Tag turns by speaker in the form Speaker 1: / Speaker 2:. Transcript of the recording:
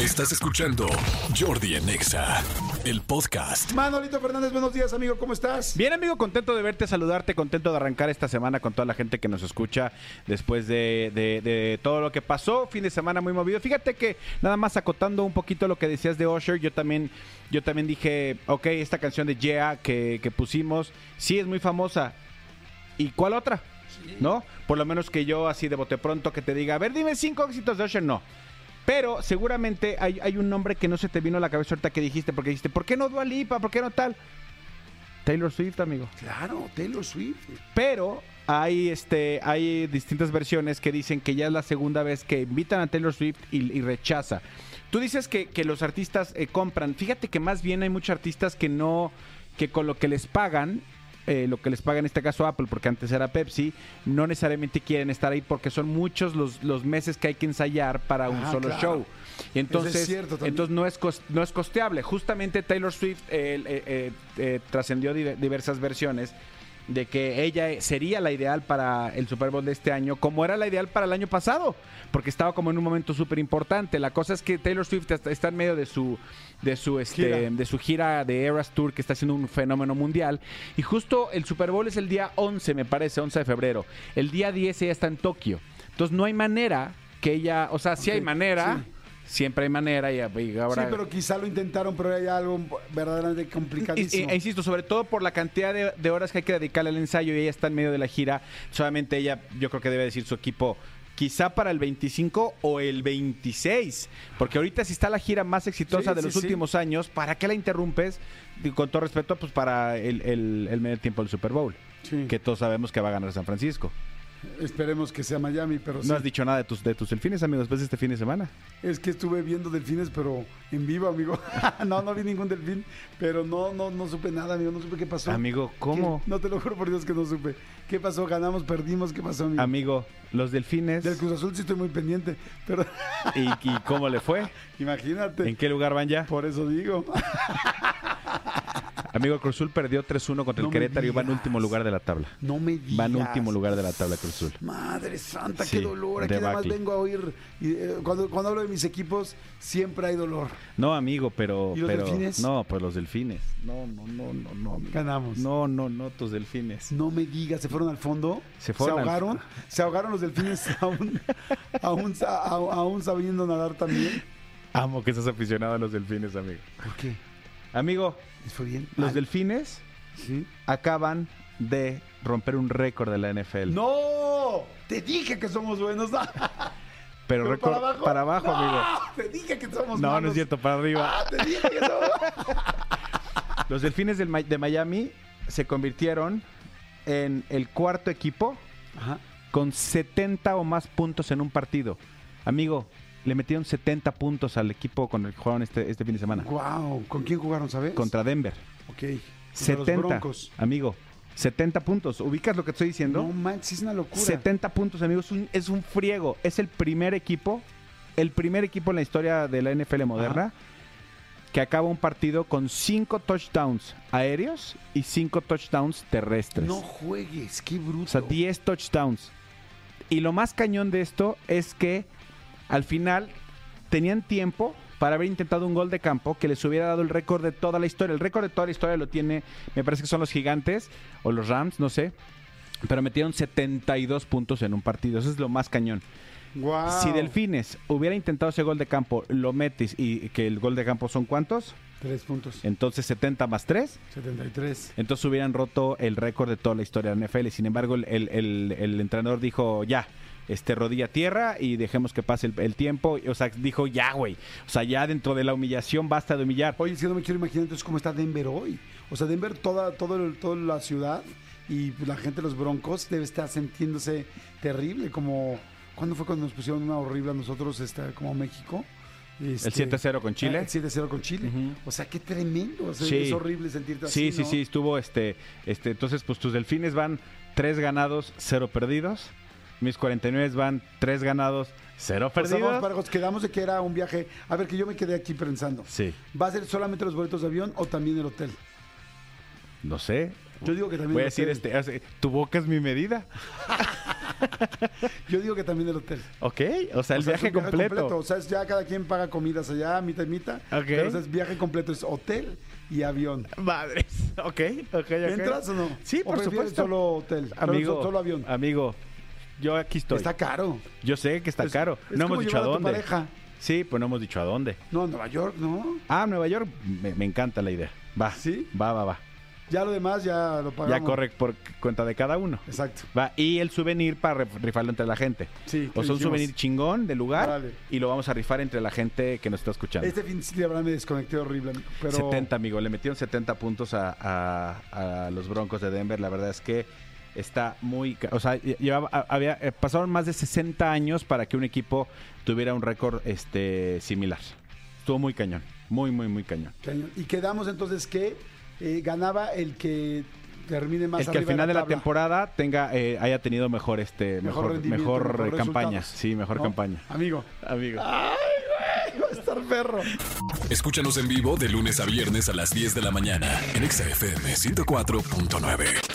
Speaker 1: Estás escuchando Jordi en Exa, el podcast.
Speaker 2: Manolito Fernández, buenos días, amigo, ¿cómo estás?
Speaker 3: Bien, amigo, contento de verte, saludarte, contento de arrancar esta semana con toda la gente que nos escucha después de, de- de todo lo que pasó. Fin de semana muy movido. Fíjate que nada más acotando un poquito lo que decías de Usher, yo también, yo también dije, ok, esta canción de Yeah que, que pusimos, sí es muy famosa. ¿Y cuál otra? ¿No? Por lo menos que yo así de bote pronto que te diga, a ver, dime cinco éxitos de Usher, no. Pero seguramente hay, hay un nombre que no se te vino a la cabeza ahorita que dijiste, porque dijiste, ¿por qué no Dua Lipa? ¿Por qué no tal? Taylor Swift, amigo.
Speaker 2: Claro, Taylor Swift.
Speaker 3: Pero hay este hay distintas versiones que dicen que ya es la segunda vez que invitan a Taylor Swift y, y rechaza. Tú dices que, que los artistas eh, compran. Fíjate que más bien hay muchos artistas que no, que con lo que les pagan, eh, lo que les paga en este caso Apple, porque antes era Pepsi, no necesariamente quieren estar ahí porque son muchos los, los meses que hay que ensayar para un
Speaker 2: Ah,
Speaker 3: solo
Speaker 2: claro.
Speaker 3: show. Y entonces,
Speaker 2: cierto también.
Speaker 3: entonces no es, cos- no es costeable. Justamente Taylor Swift eh, eh, eh, eh, trascendió diver- diversas versiones de que ella sería la ideal para el Super Bowl de este año, como era la ideal para el año pasado, porque estaba como en un momento súper importante. La cosa es que Taylor Swift está- está en medio de su de su este,
Speaker 2: Gira.
Speaker 3: de su gira de Eras Tour que está siendo un fenómeno mundial y justo el Super Bowl es el día 11, me parece, 11 de febrero. El día 10 ella está en Tokio. Entonces no hay manera que ella, o sea, sí hay
Speaker 2: Ok,
Speaker 3: manera,
Speaker 2: sí.
Speaker 3: siempre hay manera y, y ahora
Speaker 2: sí, pero quizá lo intentaron, pero hay algo verdaderamente complicadísimo.
Speaker 3: e- e- insisto, sobre todo por la cantidad de, de horas que hay que dedicarle al ensayo y ella está en medio de la gira. Solamente ella, yo creo que debe decir su equipo, quizá para el 25 o el 26. Porque ahorita si está la gira más exitosa
Speaker 2: Sí,
Speaker 3: de
Speaker 2: sí,
Speaker 3: los
Speaker 2: sí.
Speaker 3: últimos años, ¿para qué la interrumpes? Digo, Con todo respeto, pues para el, el, el medio tiempo del Super Bowl.
Speaker 2: Sí.
Speaker 3: Que todos sabemos que va a ganar San Francisco.
Speaker 2: Esperemos que sea Miami, pero Pues sí.
Speaker 3: No has dicho nada de tus, de tus delfines, amigos, después de este fin de semana.
Speaker 2: Es que estuve viendo delfines, pero en vivo, amigo. no, no vi ningún delfín, pero no, no, no supe nada, amigo. No supe qué pasó.
Speaker 3: Amigo, ¿cómo?
Speaker 2: ¿Qué? No te lo juro por Dios que no supe. ¿Qué pasó? ¿Ganamos? ¿Perdimos? ¿Qué pasó, amigo?
Speaker 3: Amigo, los delfines.
Speaker 2: Del Cruz Azul sí estoy muy pendiente, pero
Speaker 3: ¿Y, y cómo le fue?
Speaker 2: imagínate.
Speaker 3: ¿En qué lugar van ya?
Speaker 2: Por eso digo.
Speaker 3: Amigo, Cruzul perdió 3-1 contra
Speaker 2: No
Speaker 3: el
Speaker 2: me
Speaker 3: Querétaro y va en
Speaker 2: digas.
Speaker 3: último lugar de la tabla.
Speaker 2: No me digas.
Speaker 3: Va en último lugar de la tabla Cruzul.
Speaker 2: Madre santa,
Speaker 3: Sí,
Speaker 2: qué dolor. Aquí nada más
Speaker 3: debacle.
Speaker 2: vengo a oír. y, eh, cuando, cuando hablo de mis equipos, siempre hay dolor.
Speaker 3: No, amigo, pero
Speaker 2: ¿Y los
Speaker 3: pero
Speaker 2: delfines? Pues
Speaker 3: no, pues los delfines. No, no, no, no, no. amigo.
Speaker 2: Ganamos.
Speaker 3: No, no, no tus delfines.
Speaker 2: No me digas, se fueron al fondo.
Speaker 3: Se fueron al-
Speaker 2: ahogaron. Se ahogaron los delfines aún, aún, sa- a- aún sabiendo nadar también.
Speaker 3: Amo que seas aficionado a los delfines, amigo.
Speaker 2: ¿Por qué?
Speaker 3: Amigo,
Speaker 2: ¿Les fue bien?
Speaker 3: los
Speaker 2: Al-
Speaker 3: delfines
Speaker 2: ¿Sí?
Speaker 3: acaban de romper un récord de la NFL.
Speaker 2: ¡No! Te dije que somos buenos.
Speaker 3: pero,
Speaker 2: Pero
Speaker 3: récord
Speaker 2: para abajo.
Speaker 3: para abajo,
Speaker 2: ¡No!
Speaker 3: amigo.
Speaker 2: Te dije que somos
Speaker 3: No, no
Speaker 2: malos.
Speaker 3: es cierto, para arriba.
Speaker 2: Ah, te dije que somos.
Speaker 3: Los delfines del Mi- de Miami se convirtieron en el cuarto equipo
Speaker 2: Ajá.
Speaker 3: con 70 o más puntos en un partido. Amigo, le metieron 70 puntos al equipo con el que jugaron este, este fin de semana.
Speaker 2: Wow, ¿con quién jugaron, sabes?
Speaker 3: Contra Denver.
Speaker 2: Ok. Contra los
Speaker 3: 70.
Speaker 2: Broncos.
Speaker 3: Amigo, 70 puntos. ¿Ubicas lo que te estoy diciendo?
Speaker 2: No manches, es una locura.
Speaker 3: 70 puntos, amigos. Es un, es un friego. Es el primer equipo, el primer equipo en la historia de la NFL moderna que acaba un partido con 5 touchdowns aéreos y 5 touchdowns terrestres.
Speaker 2: No juegues, qué bruto.
Speaker 3: O sea, 10 touchdowns. Y lo más cañón de esto es que al final tenían tiempo para haber intentado un gol de campo que les hubiera dado el récord de toda la historia. El récord de toda la historia lo tiene, me parece que son los gigantes o los Rams, no sé. Pero metieron 72 puntos en un partido. Eso es lo más cañón.
Speaker 2: Wow.
Speaker 3: Si Delfines hubiera intentado ese gol de campo, lo metes y que el gol de campo son cuántos,
Speaker 2: Tres puntos.
Speaker 3: entonces 70 más 3,
Speaker 2: 73.
Speaker 3: entonces hubieran roto el récord de toda la historia de la NFL. Sin embargo, el, el- el- el entrenador dijo ya. Este rodilla a tierra y dejemos que pase el, el tiempo. O sea, dijo ya, güey. O sea, ya dentro de la humillación basta de humillar.
Speaker 2: Oye, es que no me quiero imaginar entonces cómo está Denver hoy. O sea, Denver, toda, todo el- toda la ciudad y la gente de los Broncos debe estar sintiéndose terrible. Como, ¿cuándo fue cuando nos pusieron una horrible a nosotros, este, como México? Este,
Speaker 3: El 7-0 con Chile.
Speaker 2: Ah, El 7-0 con Chile. O sea, qué tremendo. O sea,
Speaker 3: Sí.
Speaker 2: Es horrible sentirte
Speaker 3: Sí,
Speaker 2: así.
Speaker 3: sí,
Speaker 2: ¿no?
Speaker 3: sí, estuvo este, este, entonces pues tus delfines van 3 ganados, 0 perdidos. Mis 49 van 3 ganados, 0
Speaker 2: Pues vamos,
Speaker 3: perdidos.
Speaker 2: Parejos, quedamos de que era un viaje. A ver, que yo me quedé aquí pensando.
Speaker 3: Sí,
Speaker 2: ¿Va a ser solamente los boletos de avión o también el hotel?
Speaker 3: no sé.
Speaker 2: Yo digo que también
Speaker 3: Voy a
Speaker 2: el
Speaker 3: decir,
Speaker 2: hotel.
Speaker 3: este, hace- tu boca es mi medida.
Speaker 2: Yo digo que también el hotel.
Speaker 3: Ok, o sea, el
Speaker 2: O sea, es
Speaker 3: viaje,
Speaker 2: un
Speaker 3: completo.
Speaker 2: O sea, es ya cada quien paga comidas allá, mitad y mitad.
Speaker 3: Ok.
Speaker 2: Pero o sea, es viaje completo, es hotel y avión.
Speaker 3: Madres. Ok, ok, ok.
Speaker 2: ¿Entras o no?
Speaker 3: Sí,
Speaker 2: ¿O
Speaker 3: por
Speaker 2: prefieres
Speaker 3: supuesto.
Speaker 2: solo hotel?
Speaker 3: Amigo,
Speaker 2: Solo, solo avión.
Speaker 3: Amigo, yo aquí estoy.
Speaker 2: Está caro.
Speaker 3: Yo sé que está
Speaker 2: Es-
Speaker 3: caro.
Speaker 2: es
Speaker 3: no
Speaker 2: como
Speaker 3: hemos dicho a
Speaker 2: llevar a tu
Speaker 3: dónde.
Speaker 2: pareja.
Speaker 3: Sí, pues no hemos dicho a dónde.
Speaker 2: No, Nueva York, ¿no?
Speaker 3: Ah, Nueva York, me, me encanta la idea. Va.
Speaker 2: ¿Sí?
Speaker 3: Va, va, va.
Speaker 2: Ya lo demás ya lo pagamos.
Speaker 3: Ya corre por cuenta de cada uno.
Speaker 2: Exacto.
Speaker 3: Va, y el souvenir para ref- rifarlo entre la gente.
Speaker 2: Sí, que
Speaker 3: O sea, un
Speaker 2: dijimos.
Speaker 3: souvenir chingón del lugar
Speaker 2: Vale.
Speaker 3: y lo vamos a rifar entre la gente que nos está escuchando.
Speaker 2: Este fin sí, la verdad, me desconecté horrible. amigo, Pero
Speaker 3: 70, amigo. Le metieron 70 puntos a, a- a los Broncos de Denver. La verdad es que está muy... ca- O sea, lle- llevaba, a- había, eh, pasaron más de 60 años para que un equipo tuviera un récord este, similar. Estuvo muy cañón. Muy, muy, muy cañón.
Speaker 2: Cañón. Y quedamos entonces que eh, ganaba el que termine más
Speaker 3: el que al
Speaker 2: arriba
Speaker 3: final de la,
Speaker 2: tabla.
Speaker 3: temporada tenga eh, haya tenido mejor este mejor mejor,
Speaker 2: rendimiento,
Speaker 3: eh, campaña
Speaker 2: resultados.
Speaker 3: sí mejor
Speaker 2: ¿No?
Speaker 3: campaña
Speaker 2: Amigo,
Speaker 3: amigo
Speaker 2: va a estar perro.
Speaker 1: Escúchanos en vivo de lunes a viernes a las 10 de la mañana en Exa FM 104.9.